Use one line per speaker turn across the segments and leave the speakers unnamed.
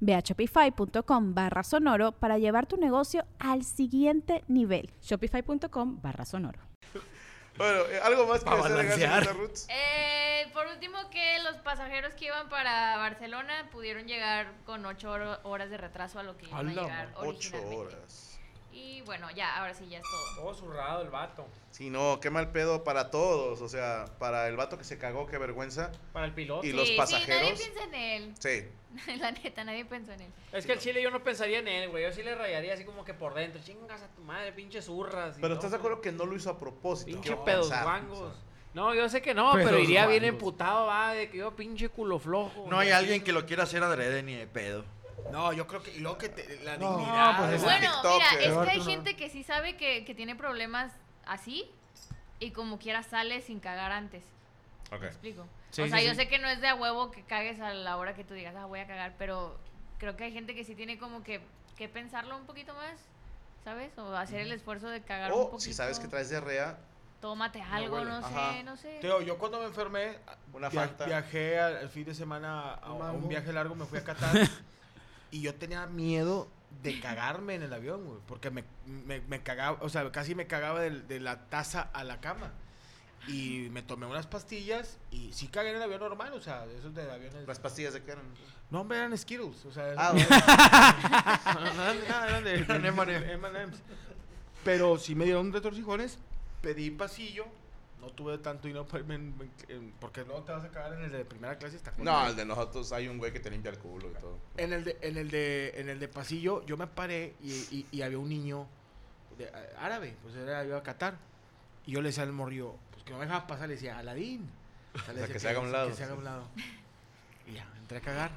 Ve a shopify.com barra sonoro para llevar tu negocio al siguiente nivel.
Shopify.com barra sonoro.
Bueno, eh, algo más que
Pa'
hacer en
balancear.
Gasolina Roots.
Eh, por último, que los pasajeros que iban para Barcelona pudieron llegar con 8 horas de retraso a lo que iban
¡Hala,
a llegar
Ocho
originalmente.
horas.
Y bueno, ya, ahora sí, ya es todo.
Todo zurrado el vato.
Sí, no, qué mal pedo para todos. O sea, para el vato que se cagó, qué vergüenza.
Para el piloto.
¿Y los
Sí, nadie
pasajeros?
piensa en él.
Sí.
La neta, nadie pensó en él.
Es que el chile yo no pensaría en él, güey. Yo sí le rayaría así como que por dentro. Chingas a tu madre, pinches zurras. y
Pero
todo.
estás de acuerdo que no lo hizo a propósito.
Pinche
quiero
pedos
pensar.
guangos. No, yo sé que no, pero
Pedos
iría bien
guangos.
emputado, va, de que yo pinche culo flojo.
No hay alguien que lo quiera hacer adrede ni de pedo.
No, yo creo que. Y luego que te- la
No,
dignidad.
pues
güey.
es-
Bueno,
TikToker.
mira, es que
Arturo,
hay
no.
gente que sí sabe que, que tiene problemas así y como quiera sale sin cagar antes. ¿Me explico?
Sí,
o sea,
sí,
yo
sí.
sé que no es de a huevo que cagues a la hora que tú digas, ah, voy a cagar, pero creo que hay gente que sí tiene como que, que pensarlo un poquito más, ¿sabes? O hacer el esfuerzo de cagar un
O
poquito.
si sabes que traes diarrea,
Tómate algo,
huele.
no
Ajá.
sé, no sé. Eh,
Teo, yo cuando me enfermé,
Una
via-
falta.
viajé al, al fin de semana a,
Un
a
mango.
un viaje largo, me fui a Qatar y yo tenía miedo de cagarme en el avión, güey, porque me, me- me cagaba, o sea, casi me cagaba del- de, la taza a la cama. Y me tomé unas pastillas y sí cagué en el avión normal, o sea, esos de aviones.
las pastillas de qué eran.
No, hombre, eran Skittles, o sea,
Ah,
eran-
bueno.
no, no, no, eran de- eran M&M's. Pero sí me dieron retorcijones, pedí pasillo, no tuve tanto dinero para irme en- en- en- porque luego te vas a cagar en el de primera clase está jodido.
No, el de nosotros hay un güey que te limpia el culo y todo.
En el de, en el de, en el de pasillo yo me paré y, y- y había un niño de- árabe, pues era iba a Qatar. Y yo le decía al morrillo, pues que no me dejabas pasar, le decía, Aladín. O sea,
O sea,
le decía
que se haga a un lado.
Que se haga a un lado. Y ya, entré a cagar.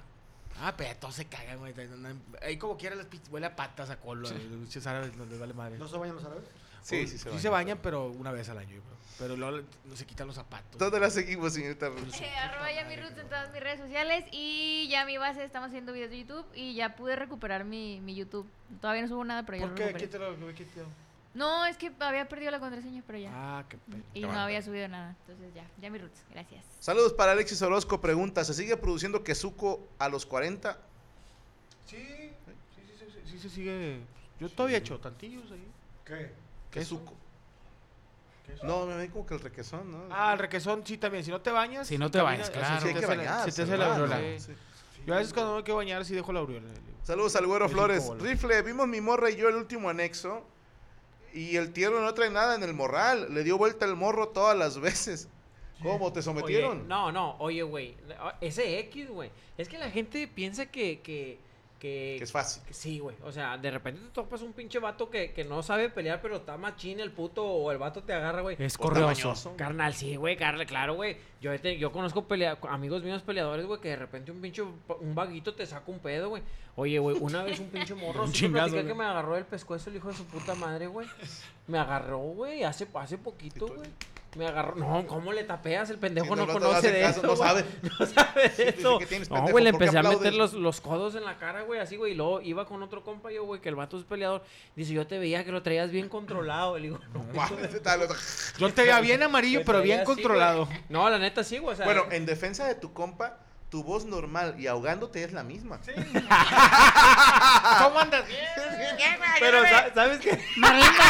Ah, pero todos se cagan, güey. andan- Ahí como quiera les pich- huele a patas, a colo. Los pinches árabes no les vale madre.
¿No se vayan los árabes?
Sí,
Uy,
sí se
sí
baña.
se bañan, pero una vez al año. yo creo. Pero luego le- se quitan los zapatos.
¿Dónde la seguimos, señorita Ruth?
Eh, arroba Yami Roots en todas mis redes sociales y ya mi base estamos haciendo videos de YouTube y ya pude recuperar mi, mi YouTube. Todavía no subo nada, pero ya
¿Por
lo
qué?
recuperé.
¿Quién te lo quién te lo-
No, es que había perdido la contraseña, pero ya.
Ah, qué pena.
y
qué
no
mal.
había subido nada. Entonces ya, Yami Roots, gracias.
Saludos para Alexis Orozco. Pregunta: ¿Se sigue produciendo quesuco a los 40?
Sí, sí, sí, sí, sí, sí se sigue. Yo todavía he hecho tantillos ahí.
¿Qué?
Quesuco. No, me ven como que el requesón, ¿no?
Ah, el requesón sí también. Si no te bañas.
Si no te bañas,
caminas, o sea,
claro.
Sí, hay
se te
que
hace la-
bañarse,
Se te hace la
¿verdad?
aureola.
Sí.
Sí.
Yo a veces cuando no me quiero bañar, sí dejo la aureola. le digo.
Saludos al güero
Es
Flores.
incómodo.
Rifle, vimos mi morra y yo el último anexo. Y el tierno no trae nada en el morral. Le dio vuelta el morro todas las veces. ¿Cómo? ¿Te sometieron?
Oye, no, no, oye, güey. la- Ese X, güey. Es que la gente piensa que. que, que,
Que es fácil.
que Sí, güey. O sea, de repente te topas un pinche vato que, que no sabe pelear, pero está machín el puto. O el vato te agarra, güey.
Es
O
correoso.
tamañoso.
Carnal, sí, güey, carnal, claro, güey. Yo, he te- yo conozco pelea- amigos míos peleadores, güey, que de repente un pinche, un vaguito te saca un pedo, güey. Oye, güey, una vez un pinche morro,
Un
sí te
chingazo,
platicé que
güey.
me agarró el pescuezo el hijo de su puta madre, güey. Me agarró, güey, hace, hace poquito, güey. Me agarró. No, ¿cómo le tapeas? El pendejo
Sí, no
no,
lo- no
conoce
hace
de
caso,
eso.
no
güey.
sabe.
No sabe de
dice,
eso.
"¿Qué tienes,
No,
pendejo?
güey, le
¿Por qué
empecé a meter
aplaudes?"
los, los codos en la cara, güey, así, güey. Y luego iba con otro compa, yo, güey, que el vato es peleador. Dice, yo te veía que lo traías bien controlado. Le digo, no,
Yo te veía bien amarillo,
Te
pero bien
traía así,
controlado.
güey. No, la neta sí, güey. O sea, eh,
bueno, en defensa de tu compa, tu voz normal y ahogándote es la misma.
¿Cómo andas?
pero sa- ¿sabes qué? Me rindo.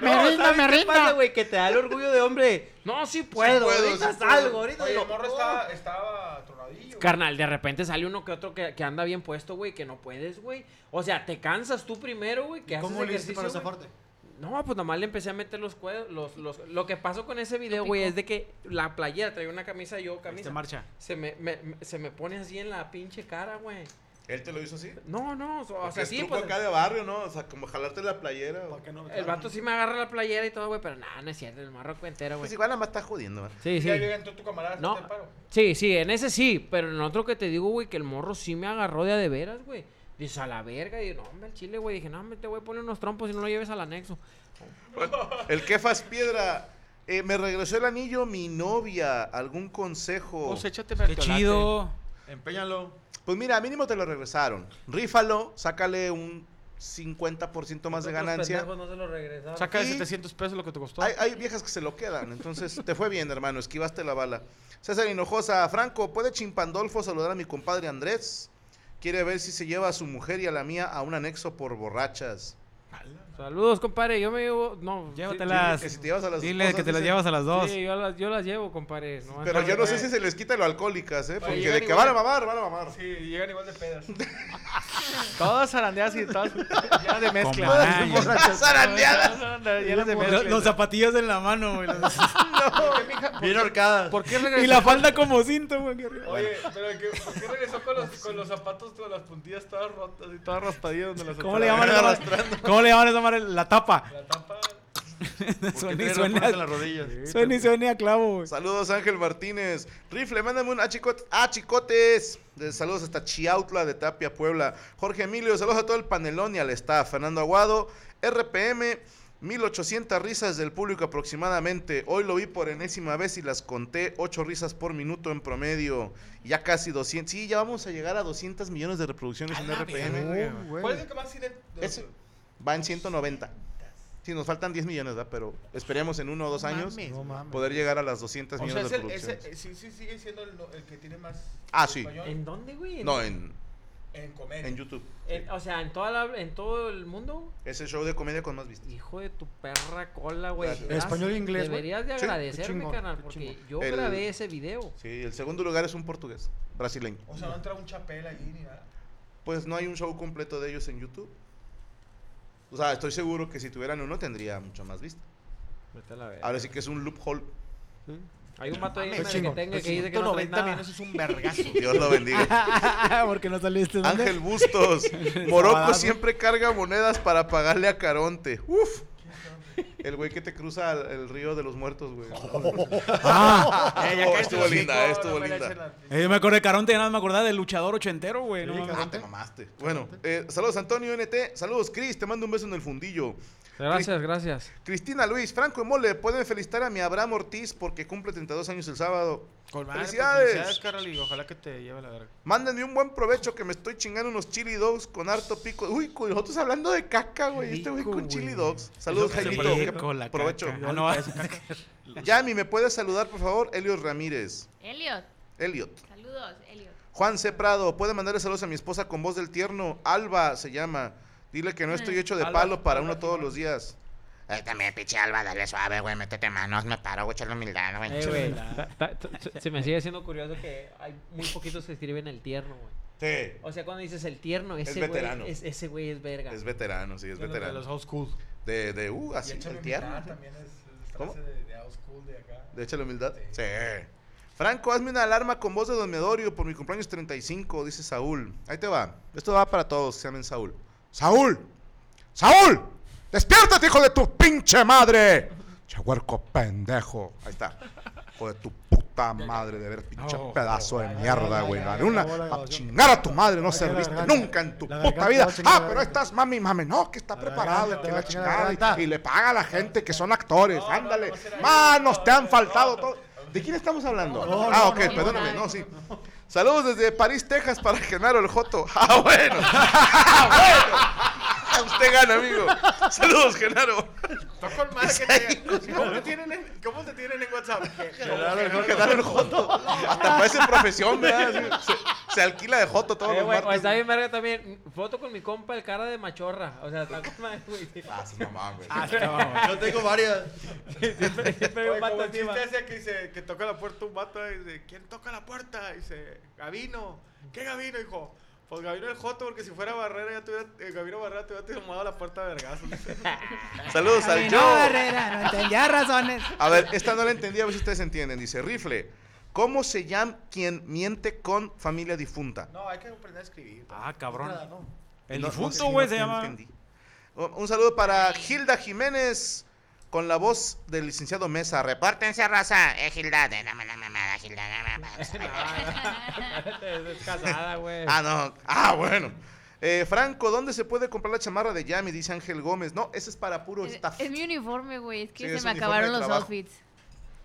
me rindo, me rindo. Pasa, güey, que te da el orgullo de hombre. No, sí puedo.
puedo,
ahorita
sí puedo.
salgo, ahorita
Oye,
digo,
el morro
"Oh".
estaba, estaba tronadillo.
Carnal, de repente sale uno que otro que, que anda bien puesto, güey, que no puedes, güey. O sea, te cansas tú primero, güey, que haces
¿Cómo le hiciste
ejercicio,
para
güey.
zafarte?
No, pues nomás le empecé a meter los cuernos. Los, los- lo que pasó con ese video, güey,
picó.
es de que la playera traía una camisa, yo
Este
camisa.
marcha.
Se me, me- me- se me pone así en la pinche cara, güey.
¿Él te lo hizo así?
No, no, so- o
Porque
sea,
es
sí,
truco
pues.
acá de barrio, ¿no? O sea, como jalarte la playera. o-
El vato sí me agarra la playera y todo, güey, pero nada, no es cierto, el marroco entero, güey.
Pues igual nada más está jodiendo, ¿verdad?
Sí, sí.
Ya llega entró tu camarada.
No.
te paro.
Sí, sí, en ese sí, pero en otro que te digo, güey, que el morro sí me agarró de a de veras, güey. Dice, a la verga, y yo, no, hombre, el chile, güey. Dije, no, hombre, te voy a poner unos trompos y no lo lleves al anexo.
El Kefas Piedra. eh, me regresó el anillo mi novia. ¿Algún consejo?
Pues échate Qué chido.
Empeñalo.
Pues mira, mínimo te lo regresaron. Rífalo, sácale un 50% más de ganancia.
no se lo regresaron.
Saca de
Y-
700 pesos lo que te costó.
Hay, hay viejas que se lo quedan, entonces te fue bien, hermano, esquivaste la bala. César Hinojosa, Franco, ¿puede Chimpandolfo saludar a mi compadre Andrés? Quiere ver si se lleva a su mujer y a la mía a un anexo por borrachas.
Saludos, compadre. Yo me llevo. No,
Llévatelas.
que si te llevas a las
Dile
esposas,
que te las
dice.
llevas a las
sí,
dos.
Sí, yo las, yo las llevo, compadre. No,
Pero yo no sé si se les quita lo alcohólicas, ¿eh? Porque de que van a mamar, van a mamar.
Sí, llegan igual de pedas.
Todas zarandeadas y todas llenas de mezcla.
Todas
Ah, ya.
borrachas, zarandeadas.
Todas Llenas de mezcla.
Lo-
Los zapatillos en la mano, güey.
Bien ahorcadas.
¿Por qué
Y
regresaron?
la falda como cinto, güey.
Oye, pero que, ¿por qué regresó con los, con los zapatos con las puntillas todas rotas y todas raspadillas donde las
¿Cómo le llaman esa madre? ¿Cómo le llaman esa madre? La tapa.
La tapa.
Suena y
Porque
suena.
suena en las rodillas.
Suena y suena a clavo, güey.
Saludos Ángel Martínez. Rifle, mándame un achicote- achicotes. De saludos hasta Chiautla de Tapia, Puebla. Jorge Emilio, saludos a todo el panelón y al staff. Fernando Aguado, RPM, 1800 risas del público aproximadamente. Hoy lo vi por enésima vez y las conté, 8 risas por minuto en promedio. Ya casi 200. Sí, ya vamos a llegar a 200 millones de reproducciones en
Uh,
RPM.
¿Cuál es el que más tiene?
Ah, Ese va en 190. Sí, nos faltan 10 millones, ¿verdad? Pero esperemos en uno o dos años
No mames.
poder llegar a las 200
O sea,
millones
es
de
el,
reproducciones.
ese, sí, sí, sigue siendo el, el que tiene más.
Ah, sí.
¿En dónde, güey?
No, en,
En comedia.
en YouTube.
En- o sea, en, toda la- en todo el mundo.
Es el show de comedia con más vistas.
Hijo de tu perra cola, güey.
Gracias.
Deberías-
Español e inglés, güey.
Deberías de
Sí, qué
agradecerme,
chingón,
carnal,
qué
porque
chingón.
yo
El-
grabé ese video.
Sí, el segundo lugar es un portugués, brasileño.
O sea, no entra un chapel allí ni nada.
Pues no hay un show completo de ellos en YouTube. O sea, estoy seguro que si tuvieran uno tendría mucho más vista.
Vete a la verga.
Ahora sí que es un loophole.
Hay un mato ahí
Mames,
que
chingón.
tenga que ir de que no trae
190
nada.
millones es un vergazo.
Dios lo bendiga.
Porque no saliste. ¿dónde?
Ángel Bustos. Morocco
Sabadazo.
siempre carga monedas para pagarle a Caronte. Uf. El güey que te cruza al- el río de los muertos, güey.
Ah,
Oh, estuvo linda, estuvo linda.
eh, yo me acuerdo de Caronte, nada más me acordaba del luchador ochentero, güey. no mames.
Ah, te mamaste. Bueno, eh, saludos Antonio NT. Saludos Chris, te mando un beso en el fundillo.
Gracias, gracias.
Cristina Luis, Franco y Mole, pueden felicitar a mi Abraham Ortiz porque cumple 32 años el sábado.
Con madre, pues,
¡Felicidades!
felicidades, carnal, y ojalá que te lleve la verga.
Mándenme un buen provecho que me estoy chingando unos chili dogs con harto pico. Uy, cu- nosotros hablando de caca, güey. Este güey
rico,
con chili
güey.
dogs. Saludos,
Eso que se
Jaimito.
parece
Qué
con la
provecho.
caca. Ah, no,
Yami, ¿me puedes saludar, por favor? Elios Ramírez.
Elliot,
Eliot.
saludos, Elliot.
Juan C. Prado, puede mandarle saludos a mi esposa con voz del tierno. Alba se llama. Dile que no estoy hecho de palo para uno todos los días.
Eh, también, pinche Alba, dale suave, güey, métete manos, me paro, güey, echa la humildad, güey.
Eh, güey, ta- ta- ta- se- se me sigue siendo curioso que hay muy poquitos que escriben el tierno, güey.
Sí.
O sea, cuando dices el tierno, ese güey
veterano.
es, ese güey es verga.
Es veterano, sí, es
De los
veterano.
old school.
De, de, uh,
Y
así,
échame
el
mi
tierno.
nada también es es
¿Cómo?
frase de, de out school de acá.
De hecho, la humildad. Sí.
Sí.
Franco, hazme una alarma con voz de Don Medorio por mi cumpleaños 35, dice Saúl. Ahí te va. Esto va para todos, se llamen Saúl. ¡Saúl! ¡Saúl! ¡Despiértate, hijo de tu pinche madre! Chaguarco pendejo. Ahí está. Hijo de tu puta madre de ver, pinche
Oh,
pedazo de mierda,
ya,
güey.
ya,
La
ya,
luna,
acabó la
a
grabación.
chingar a tu madre, no
Ay, ya, la
serviste
garganta.
nunca en tu
La
puta
garganta,
vida.
va a chingar
Ah,
la
pero
garganta.
estás mami, mami. No, que está preparada,
garganta,
que
va
la
a chingar la
chingada.
garganta.
Y, y le paga a la gente que son actores.
No, no,
Ándale.
no, no será
Manos,
eso,
te han
no,
faltado
no,
todo. ¿De quién estamos hablando?
no,
ah,
no,
ok,
no, no,
perdóname,
no.
no, sí. Saludos desde París, Texas para Genaro el Joto. Ah, bueno. Ah, bueno. Usted gana, amigo. Saludos, Genaro.
Está con madre que te- ¿Cómo te tienen en- ¿Cómo te tienen en WhatsApp?
Genaro el Joto. Hasta parece profesión, ¿verdad? Sí, Se, se alquila de Joto todos
Eh,
los
güey, o
martes.
está bien verga también. Foto con mi compa, el cara de machorra. O sea, está con madre, güey.
Ah, sí, mamá, güey.
Yo tengo varias.
Siempre siempre hay un
Oye,
vato
como el
encima.
chiste ese que dice que toca la puerta un vato y dice, ¿quién toca la puerta? Y dice, Gabino. ¿Qué Gabino, hijo?
Pues Gabino el Joto, porque si fuera Barrera, ya tuviera, eh, Gabino Barrera te hubiera tomado la puerta de vergazo.
Saludos al
Ay, no,
Joe.
Herrera, no entendía razones.
A ver, esta no la entendí, a ver si ustedes entienden. Dice, rifle, ¿cómo se llama quien miente con familia difunta?
No, hay que aprender a escribir.
Ah, cabrón.
Nada, no.
El
No, no sé,
difunto,
no
güey, se
te
llama.
entendí. Un un saludo para Gilda Jiménez con la voz del licenciado Mesa. Reparte.
Pórtense, raza. Eh, Gilda, de dame la mamada, Gilda, dame la
Es casada,
Eh.
güey.
Ah, no. Ah, bueno. Eh, Franco, ¿dónde se puede comprar la chamarra de Yami? Dice Ángel Gómez. No, ese es para puro
Es,
staff.
es mi uniforme, güey. Es
Sí,
que
es
se me
uniforme
acabaron
de
los
trabajo.
outfits.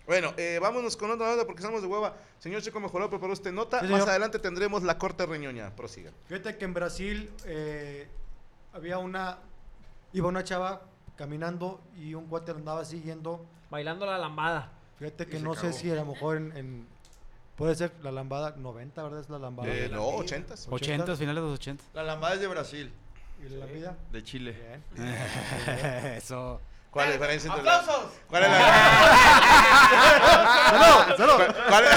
Bueno, eh, vámonos con otra nota porque estamos de hueva. Señor Checo Mejorado preparó usted nota.
Sí,
Más
señor.
adelante tendremos la corte reñoña. Prosiga.
Fíjate que en Brasil eh, había una. Iba una chava caminando y un cuate la andaba siguiendo.
Bailando la lambada.
Fíjate
Y
que
se
no sé
cagó.
si a lo mejor en, en- Puede ser la lambada 90, ¿verdad? Es la lambada.
Eh,
de la
no,
vida.
ochentas.
80s.
80, finales de los 80.
La lambada es de Brasil,
¿Y la lambida?
de Chile.
Bien.
Eso.
¿Cuál es la diferencia entre la-
¡Aplausos!
¿Cuál es la ¡Salud! ¡Salud! ¿Cuál es...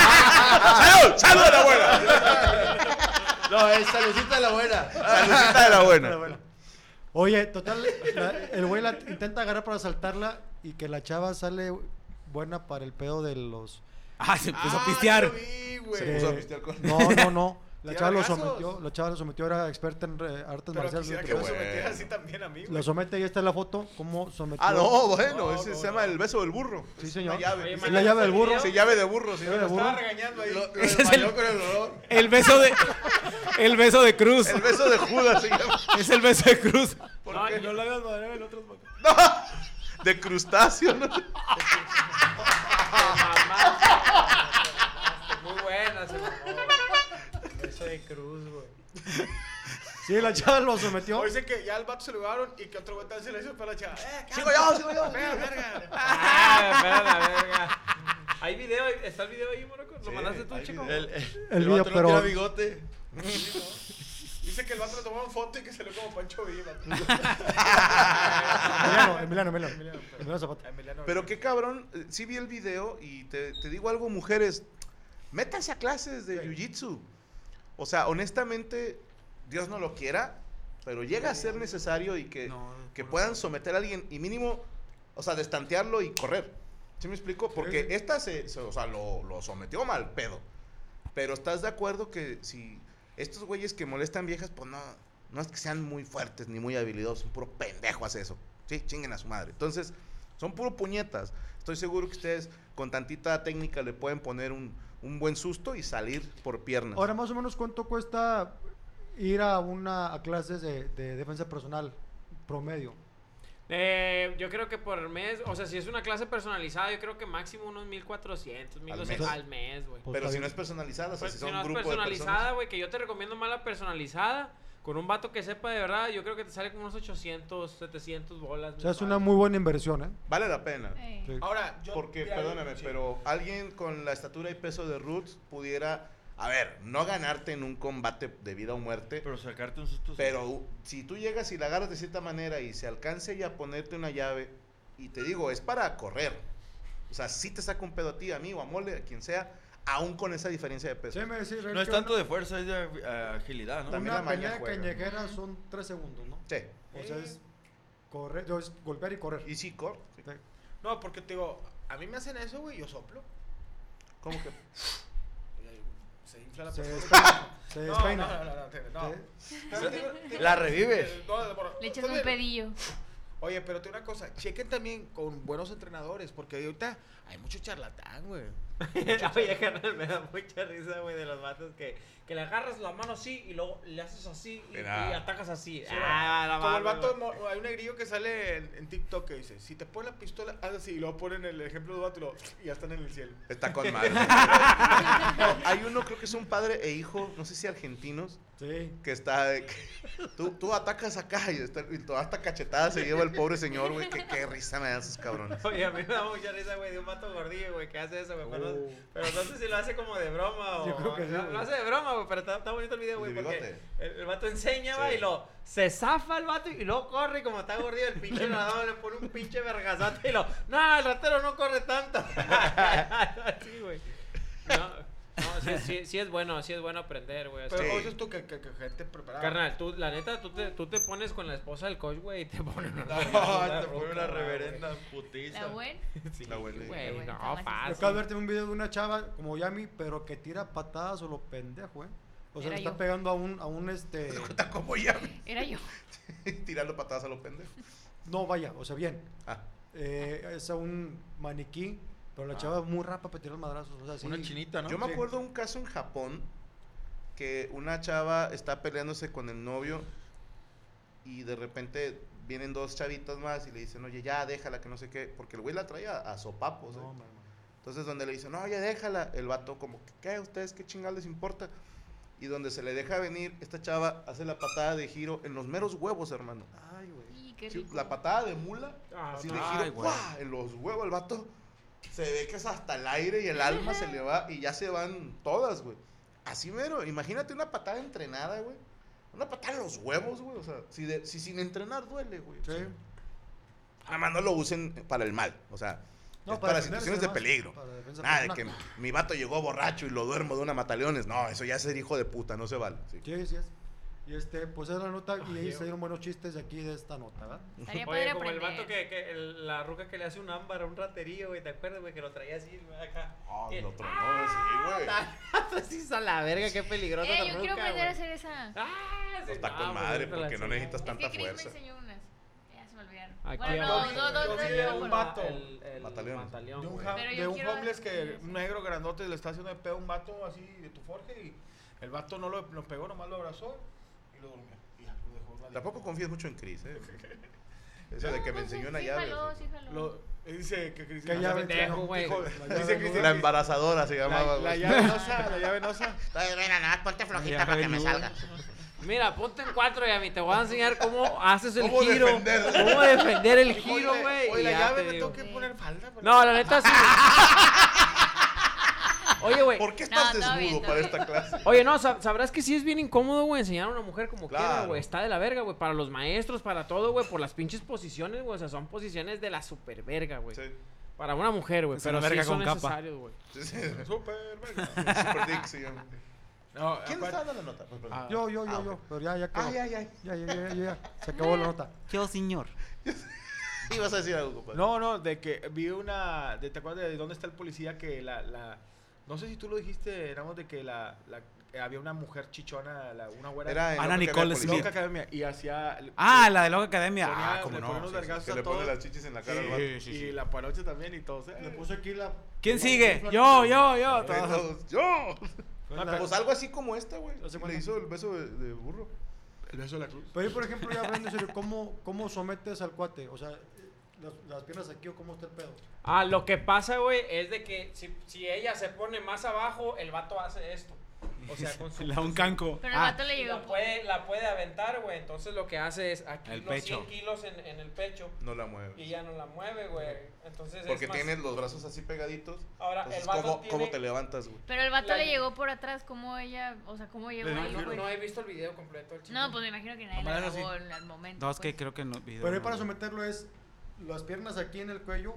¡Salud! ¡Salud de la buena!
No, es saludcita de la buena.
¡Saludcita de la
Pero
buena!
bueno. Oye, total, la- el güey la intenta agarrar para asaltarla y que la chava sale buena para el pedo de los.
Ah, se empezó
Ah,
a pistear.
yo vi, güey.
Se puso a pistear con-
No, no, no. La
¿Tira
chava lo
vergazos?
sometió, la chava lo sometió, era experta en re- artes
Pero
marciales.
quisiera que
qué
me
bueno.
sometiera así también a mí, güey.
Lo somete y esta es la foto, cómo sometió.
Ah, no, bueno,
No,
ese
no,
se
no.
llama el beso del burro.
Sí, señor.
Una llave.
Es la llave del burro.
Sí, llave de burro, sí.
Llave de burro.
Estaba regañando ahí.
Lo, lo
Ese es
desmayó
el-
con el olor.
El beso de. El beso de Cruz.
El beso de Judas se llama.
Es el beso de Cruz.
¿Por
Ay,
qué?
no lo hagas madre el otro. es-
¡No! De crustáceo, ¿no?
Muy buena, se
Beso de cruz, güey.
Sí, la chava lo sometió.
O dicen que ya al vato se lo llevaron y que otro güey también se le hizo, pero la chava, ¡eh,
¡Sigo yo, sigo yo!
pega, verga!
Ah, espera la verga. Hay video, ahí- está el video ahí, Moraco. Lo mandaste tú,
hay
chico.
El, el,
El
vato
video, pero-
no tiene bigote.
Dice que el vato le tomaron foto y que se lo como Pancho Villa.
Emiliano, Ah, Emiliano, Emiliano. Emiliano Zapata.
Emiliano,
Pero qué cabrón, eh, sí vi el video y te, te digo algo, mujeres, métanse a clases de jiu-jitsu. O sea, honestamente, Dios no lo quiera, pero llega a ser necesario y que, que puedan someter a alguien y mínimo, o sea, destantearlo y correr. ¿Sí me explico? Porque esta se, se- o sea, lo, lo sometió mal, pedo. Pero ¿estás de acuerdo que si estos güeyes que molestan viejas, pues no, no es que sean muy fuertes ni muy habilidosos, un puro pendejo hace eso. Sí, chinguen a su madre. Entonces, son puro puñetas. Estoy seguro que ustedes con tantita técnica le pueden poner un, un buen susto y salir por piernas.
Ahora, más o menos, ¿cuánto cuesta ir a una a clases de, de defensa personal promedio?
Eh, yo creo que por mes, o sea, si es una clase personalizada, yo creo que máximo unos 1400, 1200
mes.
al mes, güey.
Pues,
pero
está
si
bien.
no es personalizada, o sea,
Pues,
si
si
son
no es
grupo
personalizada, güey, que yo te recomiendo más la personalizada. Con un vato que sepa de verdad, yo creo que te sale como unos 800, 700 bolas.
O sea, es
mensuales.
una muy buena inversión, ¿eh?
de personas,
pues,
vale la pena.
Ey.
Sí.
Ahora, yo.
Porque,
mira,
perdóname,
sí.
pero alguien con la estatura y peso de Roots pudiera, a ver, no ganarte en un combate de vida o muerte,
Pero sacarte un susto. sí.
Pero si tú llegas y la agarras de cierta manera y se alcance ya a ponerte una llave, y te digo, es para correr. O sea, si te saca un pedo a ti, a mí o a Mole, a quien sea, aún con esa diferencia de peso.
Sí, me decís, Israel,
No es
que
tanto de fuerza, es de ah, agilidad, ¿no?
una,
También la
una
maña
pelea
juega.
callejera son tres segundos, ¿no?
Sí.
O sea, es correr, yo es golpear y correr.
Y sí, cor. sí.
Sí.
No, porque te digo, a mí me hacen eso, güey, yo soplo.
¿Cómo que?
Se infla la
Se
persona.
despeina. Se
No,
despeina.
No, no, no, no. no.
Sí.
Pero te digo- te digo-
La revives.
Eh, no, de morro.
Le echas
Está
un
bien.
pedillo.
Oye, pero te digo una cosa, chequen también con buenos entrenadores, porque ahorita hay mucho charlatán, güey.
Oye, carnal, me da mucha risa, güey, de los vatos que, que le agarras la mano así y luego le haces así y,
Mira.
y atacas así. ah, la
Como el
madre,
vato,
güey.
mo- hay un negrillo que sale en, en TikTok que dice, si te ponen la pistola, haz así, y luego ponen el ejemplo de vato y, luego, y ya están en el cielo.
Está con madre. No, hay uno, creo que es un padre e hijo, no sé si argentinos,
Sí.
que está. de que- tú, tú atacas acá y, está, y toda esta cachetada se lleva el pobre señor, güey. que- Qué risa me dan esos cabrones.
Oye, a mí me da mucha risa, güey, de un vato gordillo, güey, que hace eso, güey. Pero, no- pero no sé si lo hace como de broma o.
Oh. Yo creo que sí,
no,
güey.
Lo hace de broma, güey, pero está, está bonito el video, güey.
El de
Porque
bigote.
el, el vato enseña,
Sí.
güey, y lo. Se zafa el vato y luego corre y como está gordillo el pinche nadador le pone un pinche vergazote y lo. No, el ratero no corre tanto. Así, güey. No, no, sí, sí- sí es bueno, sí es bueno aprender, güey.
Pero
así.
¿cómo dices tú que, que- que gente preparada?
Carnal, tú, la neta, tú te, tú te pones con la esposa del coach, güey, y te ponen una...
No, te pone una reverenda putiza.
La buena.
Sí,
La abuela.
güey,
La
no,
abuela.
Yo
fácil.
acabo de verte un video de una chava como Yami, pero que tira patadas o lo pendejo, ¿eh? O sea,
Era
le está
yo.
pegando a un, a un este.
como Yami.
Era yo.
Tirando patadas a los pendejos.
No, vaya, o sea, bien.
Ah.
Eh, es a un maniquí, pero la
Ah.
chava es muy rapa para tirar madrazos. O sea, sí.
Yo me
Sí.
acuerdo un caso en Japón que una chava está peleándose con el novio y de repente vienen dos chavitas más y le dicen, oye, ya déjala, que no sé qué, porque el güey la traía a sopapos. ¿eh? Entonces donde le dicen, oye, déjala, el vato como, ¿qué? ¿Ustedes qué chingados les importa? Y donde se le deja venir, esta chava hace la patada de giro en los meros huevos, hermano. Ay, güey.
Y qué
Sí,
rico.
la patada de mula,
Ah,
así
no.
de
Ay,
giro,
güey.
¡guau! en los huevos el vato. Se ve que es hasta el aire y el alma se le va y ya se van todas, güey. Así mero, imagínate una patada entrenada, güey. Una patada en los huevos, güey. O sea, si, de- si sin entrenar duele, güey. Sí. Nada más no lo usen para el mal, o sea,
No,
es
para
para,
defenderse
situaciones de
más,
peligro.
para defensa
Nada de que
personal.
mi vato llegó borracho y lo duermo de una mataleones. No, eso ya es ser hijo de puta, no se vale. Sí.
Sí, sí es. Y este, pues era la nota y ahí
Diego.
se dieron buenos chistes de aquí de esta nota, ¿verdad?
Oye, como el
Eh,
vato que, que el- la ruca que le hace un ámbar a un raterío, güey, ¿te acuerdas, güey? Que lo traía así, güey, acá.
Ah,
Y-
lo tronó, sí, güey.
Pues sí, a la verga, qué peligroso.
Eh, yo quiero aprender a hacer esa.
No está
Ah,
con madre porque no necesitas
Es
tanta
que Chris me
fuerza.
enseñó unas. Ya se me olvidaron.
Aquí
bueno,
hay-
no, no, no,
Yo
no,
vi
no,
a un
no,
vato.
El, el
Mataleón.
mataleón,
De un,
güey.
ja-
Pero yo
de un
quiero
homeless
ver
que
eso.
un negro grandote le está haciendo de pedo a un vato así de tu forje y el vato no lo, lo pegó, nomás lo abrazó y lo durmió. Y ya, lo dejó la-
Tampoco confías mucho en Chris, ¿eh? Eso de que
Pues
me enseñó una llave.
Síjalo,
sí.
síjalo.
Lo- eh, dice que Cristina.
¿Qué llave?
pendejo, güey.
dijo-
La
dice
llave
Cristina
La
que-
embarazadora se llamaba.
La, la
güey.
llave nosa, la llave nosa.
Entonces, mira, nada más ponte flojita
Ya,
para que
no.
me salga.
Mira, ponte en cuatro, Yami. Te voy a enseñar cómo haces el
¿Cómo
giro.
defenderla?
Cómo defender el
Dijo,
giro,
oye,
güey.
Oye,
y
la
ya
llave
te
me
digo.
tengo que poner falda. pero-
No, la neta sí. Oye, güey.
¿Por qué
No, todo
estás desnudo
bien, todo
para
bien.
esta clase?
Oye, no, sab- sabrás que sí es bien incómodo, güey, enseñar a una mujer como quiera,
Claro.
güey. Está de la verga, güey. Para los maestros, para todo, güey. Por las pinches posiciones, güey. O sea, son posiciones de la super verga, güey.
Sí.
Para una mujer, güey.
Es
Pero
una verga
sí son
con capa.
necesarios, güey.
Sí, sí.
Super, verga.
Super dick se llama.
Ah, No,
¿Quién
aparte-
está dando la nota? Pues, perdón.
Yo, yo, yo,
Ah,
yo.
ok.
Pero ya, ya acabó.
Ay, ay, ay.
Ya, ya, ya, ya, ya. Se acabó la nota.
Yo, señor.
Ibas a decir algo, pues. compadre.
No, no, de que vi una. De, ¿Te acuerdas de dónde está el policía que la. la no sé si tú lo dijiste, éramos de que la, la- eh, había una mujer chichona, la- una güera.
Era en
Ana
Loca
Nicole
Academia.
Smith.
Loca Academia, y hacía.
Ah, la de Loca Academia.
ponía-
ah, cómo
le ponía unos
no.
vergazos
Que
a
le pone
todos,
las chichis en la cara al
Sí,
vato.
sí, sí,
Y
sí.
la paroche también y todos.
Le puse aquí la.
¿Quién sigue? Yo, yo, yo.
Ahí
todos.
Ah.
todos, ¡Yo!
La-
Pues algo así como esta, güey.
No sé
Le
cuándo.
hizo el beso de, de burro.
El beso de la cruz.
Pero ahí, por ejemplo, ya hablando en serio, ¿cómo, ¿cómo sometes al cuate? O sea, las, las piernas aquí o cómo está el pedo.
Ah, lo que pasa, güey, es de que si, si ella se pone más abajo, el vato hace esto. O sea, con su.
La un canco.
Pero el
Ah,
vato le
y
llegó.
la puede, la puede aventar, güey. Entonces lo que hace es aquí
El
los
pecho.
100 kilos en, en el pecho
No la
y
mueves.
ya no la mueve, güey. Entonces
Porque
es más-
tienes los brazos así pegaditos.
Ahora,
Entonces,
el vato
¿cómo,
tiene-
¿cómo te levantas, güey?
Pero el vato
La-
le llegó por atrás, como ella, o sea, cómo llegó
No,
ahí,
no,
güey?
no he visto el video completo del chico.
No, pues me imagino que nadie la
Nomás
grabó en- al momento.
No, es que
pues.
creo que no. video
Pero ahí
no,
para
güey.
someterlo es las piernas aquí en el cuello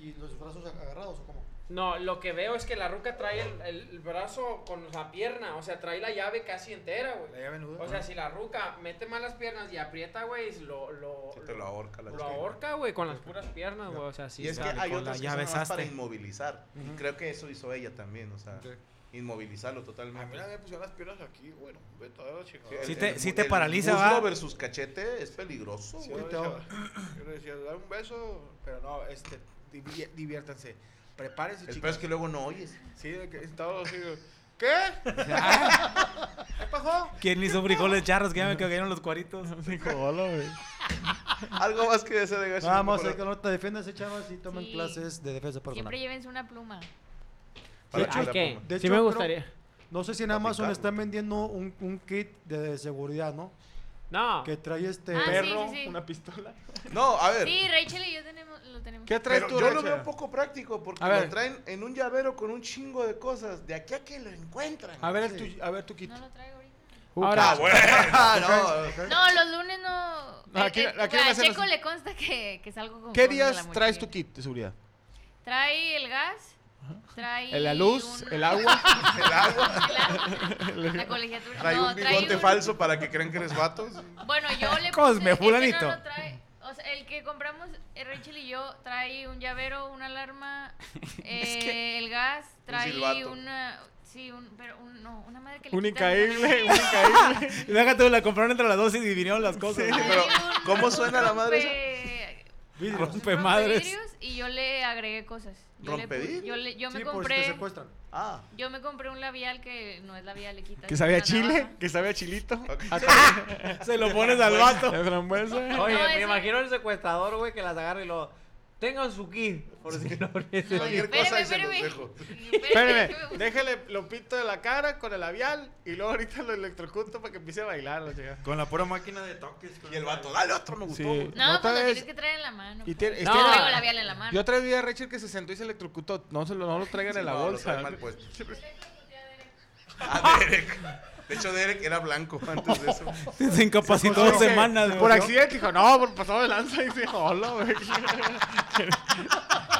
y los brazos ag- agarrados o cómo.
No, lo que veo es que la ruca trae el, el brazo con la pierna, o sea, trae la llave casi entera,
La
güey.
llave nuda.
O sea, si la ruca mete mal las piernas y aprieta, güey, lo, lo,
Se te lo ahorca la
lo
chica.
ahorca, güey, con las puras piernas, güey. O sea, sí.
y es que
está-
dale,
hay
con
otras
la
que son
llave
nada más para
sastre.
inmovilizar. Y creo que eso hizo ella también, o sea, inmovilizarlo
A mí
totalmente.
la me pusieron las piernas aquí, bueno, vete a la chingada.
el-
Sí te-
el-
sí te
el
paraliza,
muslo
¿va?
versus cachete es peligroso,
Sí,
güey.
yo le decía- yo le decía, dar un beso, pero no, este, divi- diviértanse. Prepárense,
El peor
chicos.
es que luego no oyes.
Sí, de que estaba así. de, ¿Qué? ¿Qué pasó?
¿Quién hizo frijoles charros? Que ya me cayeron los cuaritos.
Algo más que ese de gacho.
Nada más hay que nota, defiéndanse chavas y tomen
Sí.
clases de defensa personal.
Siempre llévense una pluma.
Para
De
que
Ay,
la
¿qué?
ponga.
De
pues. sí
hecho,
me
creo-
gustaría.
No sé si en Amazon
Aplicarlo.
están vendiendo un, un kit de seguridad, ¿no?
No.
Que trae este...
Ah, sí,
Perro,
sí, sí.
una pistola.
No, a ver.
Sí, Rachel y yo tenemos, lo tenemos.
¿Qué traes
Pero
tú,
yo lo
Rocha?
veo poco práctico porque
A ver.
lo traen en un llavero con un chingo de cosas. De aquí a que lo encuentran.
A ver, el tuyo- a ver tu kit.
No lo traigo ahorita.
Ahora,
Ah, no.
No, los lunes no.
¿Eh? No, aquí-
Eh, eh,
aquí no me
a
hacen
Checo
los-
le consta que, que salgo con.
¿Qué
cosas en la
días traes tu
mochila.
kit de seguridad?
Trae el gas, Trae
El- la luz,
un-
el agua.
El agua.
El agua. La colegiatura.
Trae
no,
un
trae
bigote
un-
falso para que crean que eres vato.
Bueno, yo le
Cosme,
puse- es que
fulanito.
no lo trae. O sea, el que compramos, eh, Rachel y yo, trae un llavero, una alarma, eh, el gas, trae
silbato.
una... Sí, un, pero un- no, una madre que le
Un
quitan-
incaíble, un incaíble. Y déjate, la compraron entre las dos y dividieron las cosas.
pero, ¿cómo suena la madre esa?
Rompe-
Rompe madres.
vidrios y yo le agregué cosas. Yo le
¿Rompevidrios?
puse- Yo, le- yo me
Sí, por si te
compré...
secuestran.
Yo me compré un labial que no es labial, le quitas...
Que sabía a
una
chile,
navaja.
que sabía a chilito.
Se lo pones al vato.
De frambuesa.
Oye,
No,
me
ese-
imagino el secuestrador, güey, que las agarra y lo. Tengan su kit, por si no
Pues,
Cualquier
cosa y se
los
dejo.
Espérame, déjale lo pinto de la cara con el labial y luego ahorita lo electrocuto para que empiece a bailar. la chingada.
Con la pura máquina de toques. Y el vato,
dale otro, me
gustó.
No,
Otra
pues lo
vez-
tienes que traer en la mano.
Y
pues.
tiene-
no,
tiene-
traigo labial en la mano.
Ah. Yo otra vez vi a Rachel que se sentó y se electrocutó. No, se lo, no lo traigan
Sí,
en la
no, lo
bolsa.
trae mal pues. puesto. A Ah, Derek. De hecho, Derek era blanco antes de eso.
Se incapacitó dos semanas.
Por
güey.
accidente dijo, no, por pasado de lanza. Y dice, hola, güey.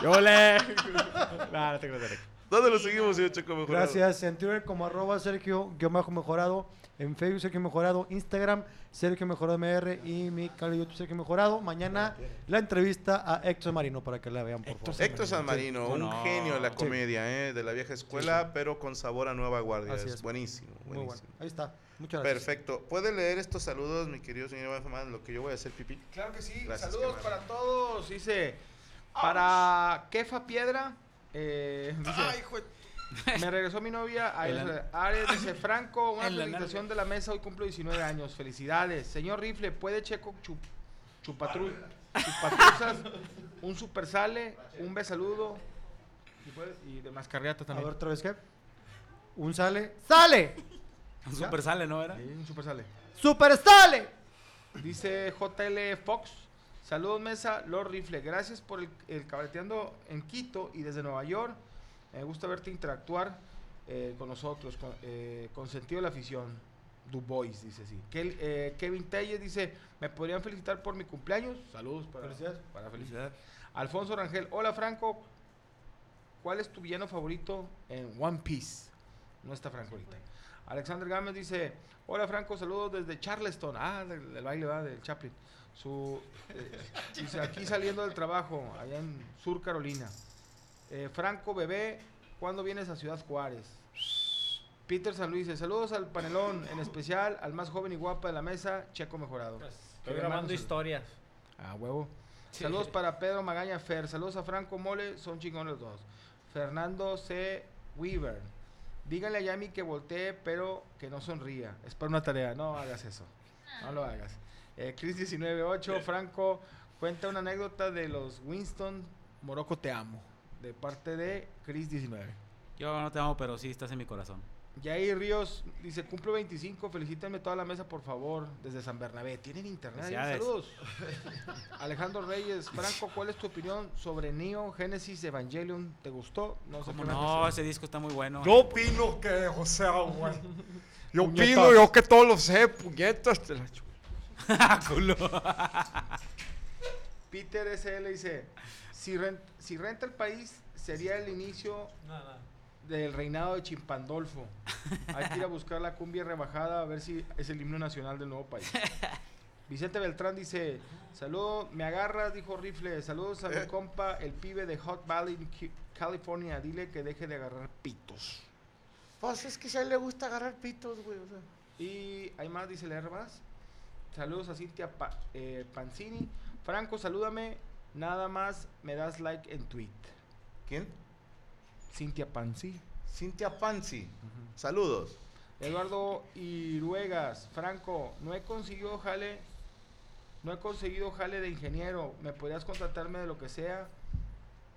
Yo le. No, no te creo, Derek.
¿Dónde lo seguimos, señor Checo Mejorado?
Gracias. En Twitter como arroba Sergio guión bajo Mejorado. En Facebook Sergio Mejorado. Instagram Sergio Mejorado MR. Y mi canal de YouTube Sergio Mejorado. Mañana la entrevista a Héctor Marino para que la vean, por favor.
Héctor San Marino,
Sí.
un
No.
genio de la
Sí.
comedia, ¿eh? de la vieja escuela, pero con sabor a nueva guardia.
Así
Es
es.
Buenísimo,
Muy
buenísimo.
bueno. Ahí está. Muchas gracias.
Perfecto. ¿Puede leer estos saludos, mi querido señor Iván Famán, lo que yo voy a hacer pipí?
Claro que sí.
Gracias,
Saludos
carnal.
para todos. Dice, para Kefa Piedra. eh, dice, Me regresó mi novia a
En la-
Ares- Ares. Dice, Franco, una
En la
felicitación de la mesa. Hoy cumplo 19 años. Felicidades. Señor Rifle, ¿puede Checo chup, chupatru- chupatruzas? Un super sale, un besaludo. Y, pues- y demás carriatas
A ver,
también.
otra vez, ¿qué? Un sale. ¡Sale!
Un super sale, ¿no era?
Sí, un super sale.
¡Super sale!
Dice JL Fox. Saludos, mesa. Lord Rifle. Gracias por el, el cabareteando en Quito y desde Nueva York. Me gusta verte interactuar eh, con nosotros, con, eh, con sentido de la afición. Du Bois, dice así. Kel- eh, Kevin Telles dice: ¿Me podrían felicitar por mi cumpleaños? Saludos para,
Felicidades.
para felicidad. Alfonso Rangel. Hola, Franco. ¿Cuál es tu villano favorito en One Piece? No está Franco ahorita. Alexander Gámez dice, hola Franco, saludos desde Charleston. Ah, del, del baile, va, del Chaplin. Su, eh, dice, aquí saliendo del trabajo, allá en Sur Carolina. Eh, Franco Bebé, ¿cuándo vienes a Ciudad Juárez? Peter San Luis, dice, saludos al panelón, en especial al más joven y guapa de la mesa, Checo Mejorado.
Pues, Estoy grabando
Hermanos,
historias.
Ah, huevo. Saludos para Pedro Magaña Fer. Saludos a Franco Mole. Son chingones los dos. Fernando C. Weaver. Díganle a Yami que voltee, pero que no sonría. Es para una tarea. No hagas eso. No lo hagas. Eh, Chris 198. Franco cuenta una anécdota de los Winston. Morocco te amo. De parte de Chris 19.
Yo no te amo, pero sí estás en mi corazón.
Jair Ríos dice, cumplo 25, felicítenme toda la mesa, por favor, desde San Bernabé. ¿Tienen internet? ahí?
Felicidades.
Saludos. Alejandro Reyes, Franco, ¿cuál es tu opinión sobre Neo, Génesis, Evangelion? ¿Te gustó? No sé
¿Cómo
qué más
no?
decir.
Ese disco está muy bueno.
Yo opino que, o sea, güey. Yo
Puñetas.
opino, yo que todo lo sé, puñetas. Te la chu-
Ah, Culo.
Peter SL dice, si, ren- si renta el país, sería el inicio del reinado de Chimpandolfo. Hay que ir a buscar la cumbia rebajada a ver si es el himno nacional del nuevo país. Vicente Beltrán dice, saludo, me agarras, dijo Rifle, saludos a mi compa, el pibe de Hot Valley, Ki- California, dile que deje de agarrar pitos.
Pues es que a él le gusta agarrar pitos, güey. O sea.
Y hay más, dice leer más. Saludos a Cintia Pa- eh, Panzini. Franco, salúdame, nada más me das like en tweet.
¿Quién?
Cintia Panzini.
Cintia Pansi. Saludos.
Eduardo Iruegas, Franco, no he conseguido jale, no he conseguido jale de ingeniero, me podrías contratarme de lo que sea,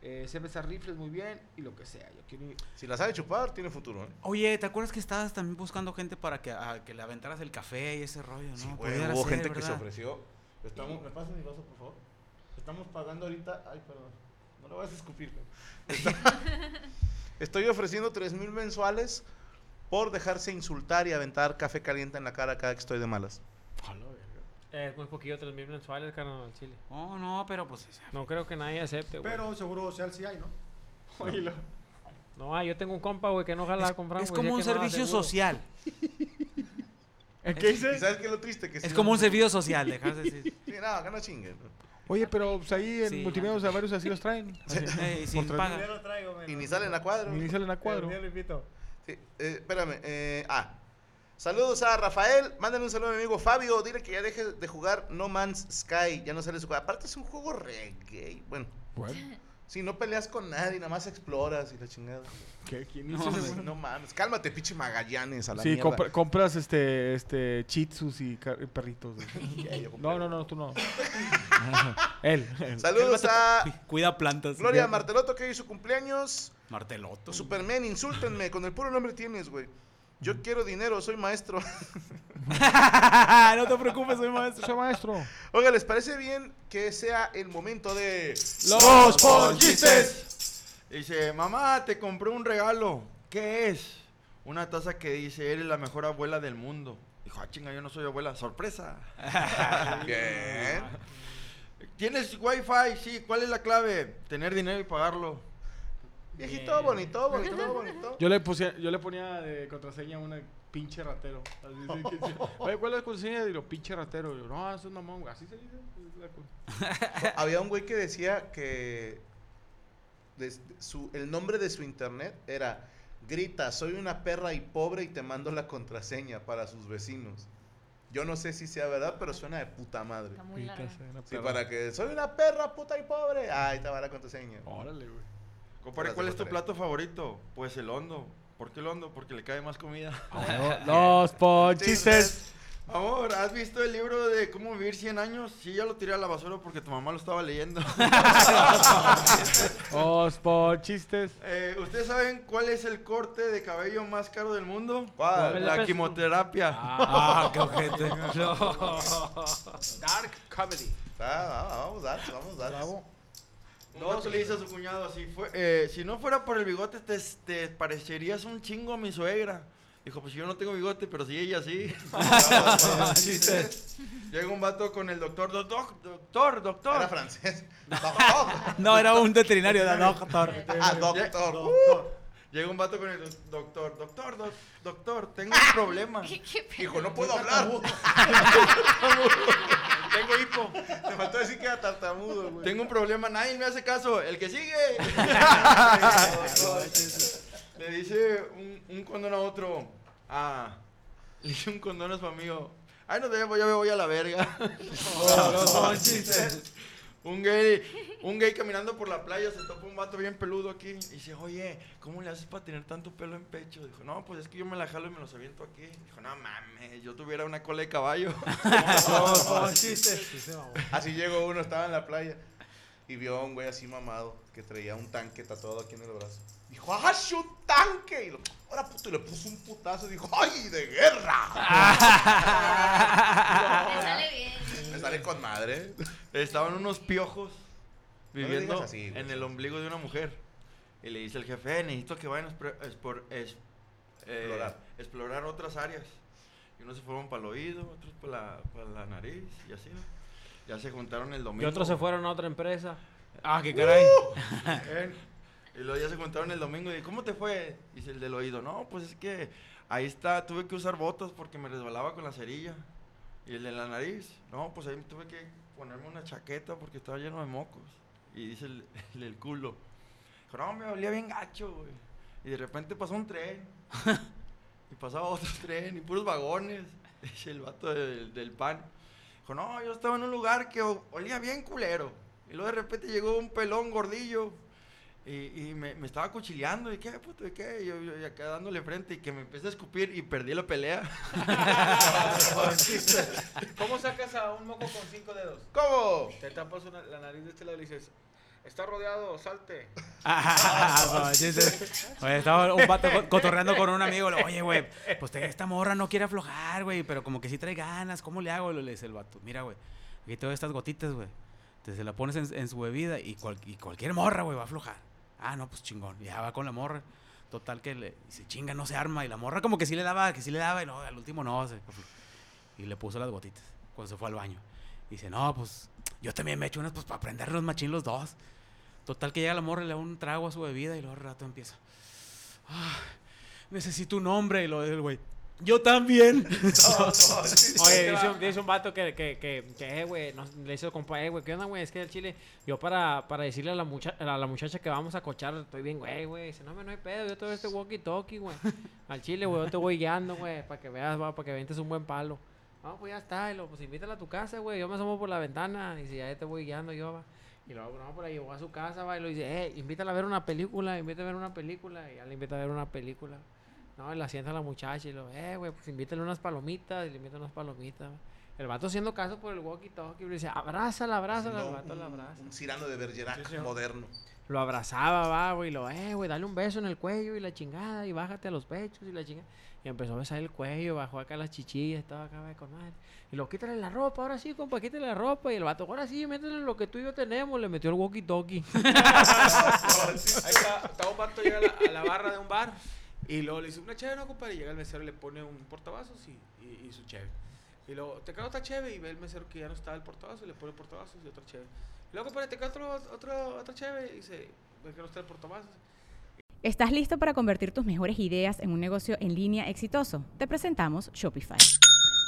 eh, sé besar rifles muy bien y lo que sea, yo quiero ir-
Si la sabe chupar, tiene futuro. ¿eh?
Oye, ¿te acuerdas que estabas también buscando gente para que, a que le aventaras el café y ese rollo, no?
Güey,
Pudiera
hubo
ser,
gente que
¿verdad?
se ofreció.
Estamos, ¿Me pasas mi vaso, por favor? Estamos pagando ahorita. Ay, perdón. No lo vas a escupir, güey. Está-
Estoy ofreciendo 3 mil mensuales por dejarse insultar y aventar café caliente en la cara cada que estoy de malas.
Eh, Es muy poquillo, 3 mil mensuales, carnal, al chile.
No, no, pero pues.
No creo que nadie acepte, güey.
Pero seguro social sí hay, ¿no?
Oílo.
No, ah, yo tengo un compa, güey, que no jala con Franco.
es como un servicio social.
¿Qué dices?
¿Y sabes qué es lo triste? Que
Es
sí,
como
no-
un servicio social, dejar de decir.
Sí, nada, gana chingue.
Oye, pero pues, ahí en
Sí,
multimedia, o sea, varios así los traen.
Ey, sin
Por
paga.
traer-
lo traigo, men.
Y ni salen a cuadro.
Ni salen a cuadro.
Yo lo invito.
Sí, eh, espérame. eh, ah. Saludos a Rafael. Mándale un saludo a mi amigo Fabio. Dile que ya deje de jugar No Man's Sky. Ya no sale su juego. Aparte es un juego reggae. Bueno.
Bueno.
Si no peleas con nadie, nada más exploras y la chingada.
¿Qué? ¿Quién
No,
hizo eso?
güey, no mames. Cálmate, pinche Magallanes a la
Sí,
mierda.
compra- compras este, este, chitsus y ca- y perritos. güey.
Ya, yo compré.
No, no, no, tú no. Él.
Saludos a
Cuida plantas.
Gloria Marteloto, que hoy es su cumpleaños.
Marteloto.
Superman, insúltenme. Con el puro nombre tienes, güey. Yo quiero dinero, soy maestro.
no te preocupes, soy maestro.
Soy maestro.
Oiga, ¿les parece bien que sea el momento de...
Los
Dice, mamá, te compré un regalo. ¿Qué es? Una taza que dice, eres la mejor abuela del mundo. Dijo, ah, chinga, yo no soy abuela. Sorpresa.
Bien.
¿Tienes wifi? Sí, ¿cuál es la clave? Tener dinero y pagarlo.
Viejito, bonito, bonito, bonito.
Yo le, puse, yo le ponía de contraseña una pinche ratero. Así, sí, que sí. Oye, ¿cuál es la contraseña? Digo, pinche ratero. Yo, no, eso es mamón, güey. Así se dice. es la con-
Había un güey que decía que des- su- el nombre de su internet era Grita, soy una perra y pobre y te mando la contraseña para sus vecinos. Yo no sé si sea verdad, pero suena de puta madre.
Está muy larga.
Sí, para que soy una perra, puta y pobre. Ahí te va la contraseña.
Órale, güey.
Compadre,
Gracias,
¿cuál es tu
compadre.
plato favorito? Pues el hondo. ¿Por qué el hondo? Porque le cae más comida.
Los ponchistes.
Amor, ¿has visto el libro de cómo vivir 100 años? Sí, ya lo tiré a la basura porque tu mamá lo estaba leyendo.
Los ponchistes.
Eh, ¿Ustedes saben cuál es el corte de cabello más caro del mundo?
¿Cuál?
La quimioterapia.
Ah, qué ojete.
Dark comedy.
Ah, ah, vamos, dale, vamos, dale.
Un vato le dice a su cuñado, si, fue- eh, si no fuera por el bigote, te, te parecerías un chingo a mi suegra. Dijo, pues yo no tengo bigote, pero sí ella sí. Llega un vato con el doctor, "Doc- doc- doctor, doctor.
Era francés. Doctor.
No, era un veterinario, era doctor.
Ah, doctor.
Doctor. Llega un vato con el doc- doctor, doctor, doc- doctor, tengo un problema.
¿Qué, qué pedo?
Hijo, no puedo hablar.
Tengo hipo.
Te faltó decir que era tartamudo, güey.
Tengo un problema, nadie me hace caso. El que sigue.
Ah,
Le dice un, un condón a otro. Ah, le dice un condón a su amigo. Ay, no te veo, ya me voy a la verga. Un gay, un gay caminando por la playa se topa un vato bien peludo aquí y dice, oye, ¿cómo le haces para tener tanto pelo en pecho? Dijo, no, pues es que yo me la jalo y me los aviento aquí. Dijo, no mames, yo tuviera una cola de caballo.
Así llegó uno, estaba en la playa y vio a un güey así mamado que traía un tanque tatuado aquí en el brazo. Dijo, ¡ah, sí, un tanque! Y lo, ahora puto, y le puso un putazo y dijo, ¡ay, de guerra!
Te
Ah,
sale bien.
Me sale con madre.
Estaban unos piojos
le
viviendo
digas así, güey.
en el ombligo de una mujer. Y le dice el jefe, "Eh, necesito que vayan a espre- a espor- es- eh,
Explorar.
explorar otras áreas. Y unos se fueron para el oído, otros para la, pa' la nariz y así. ¿no? Ya se juntaron el
Y
domingo.
otros se fueron a otra empresa.
Ah, qué caray.
Ven. Y luego ya se juntaron el domingo y ¿cómo te fue? Dice el del oído, no, pues es que ahí está, tuve que usar botas porque me resbalaba con la cerilla. Y el de la nariz, no, pues ahí tuve que ponerme una chaqueta porque estaba lleno de mocos. Y dice el, el del culo, dijo, no, me olía bien gacho, güey. Y de repente pasó un tren. y pasaba otro tren y puros vagones. Dice el vato del, del pan. Dijo, no, yo estaba en un lugar que o- olía bien culero. Y luego de repente llegó un pelón gordillo y, y me, me estaba cuchileando. ¿Y qué, puto? ¿Y qué? Y Yo, yo, y acá dándole frente y que me empecé a escupir y perdí la pelea.
¿Cómo sacas a un moco con cinco dedos?
¿Cómo?
Te tapas una- la nariz de este lado y le dices, está rodeado, salte.
Oye, estaba un vato co- cotorreando con un amigo. le, Oye, güey, pues te- esta morra no quiere aflojar, güey, pero como que sí trae ganas. ¿Cómo le hago? Le dice el vato. Mira, güey, aquí te doy estas gotitas, güey. Entonces se la pones en, en su bebida y, cual- y cualquier morra, güey, va a aflojar. Ah, no, pues chingón. Ya va con la morra. Total que le se chinga, no se arma. Y la morra como que sí le daba, que sí le daba. Y no, al último no. se- y le puso las gotitas cuando se fue al baño. Dice, no, pues yo también me echo unas pues para aprender los machín los dos. Total que llega la morra y le da un trago a su bebida y luego al rato empieza. "Ah, necesito un hombre. Y lo el güey, yo también.
Oh,
Oye, dice un, dice un vato que, que, que, que, eh, güey, nos- le hizo compa, eh, güey, ¿qué onda, güey? Es que el chile, yo para, para decirle a la, mucha, a la muchacha que vamos a cochar, estoy bien, güey, güey. Dice, no, me no hay pedo, yo te doy este walkie-talkie, güey. Al chile, güey, yo te voy guiando, güey, para que veas, va, para que ventes un buen palo. No, pues ya está, y lo, pues invítala a tu casa, güey, yo me asomo por la ventana, y si ya te voy guiando yo, va. Y luego, no, pues la llevó a su casa, va, y lo dice, eh, invítala a ver una película, invítala a ver una película, y ya le invita a ver una película. No, y la sienta la muchacha y lo, eh, güey, pues invítale unas palomitas, y le invitan unas palomitas. El vato haciendo caso por el walkie-talkie, le dice, abrázala, abrázala, el
Haciendo
vato la
un-
abraza.
Un Cirano de Bergerac moderno.
Lo abrazaba, va, güey, y lo, eh, güey, dale un beso en el cuello y la chingada, y bájate a los pechos y la chingada. Y empezó a besar el cuello, bajó acá las chichillas, estaba acá, güey, con madre. Y lo, quítale la ropa, ahora sí, compa, quítale la ropa. Y el vato, ahora sí, métele lo que tú y yo tenemos. Le metió el walkie-talkie.
Ahí está, está un vato llega a la, a la barra de un bar y luego le dice, una chévere, no, compadre. Y llega el mesero y le pone un portavasos y, y, y su chévere. Y luego, te cago otra chévere y ve el mesero que ya no está el portavasos y le pone portavasos y otra chévere. Y luego, compadre, te cago otro, otro, otra chévere y dice, ve que no está el portavasos.
¿Estás listo para convertir tus mejores ideas en un negocio en línea exitoso? Te presentamos Shopify.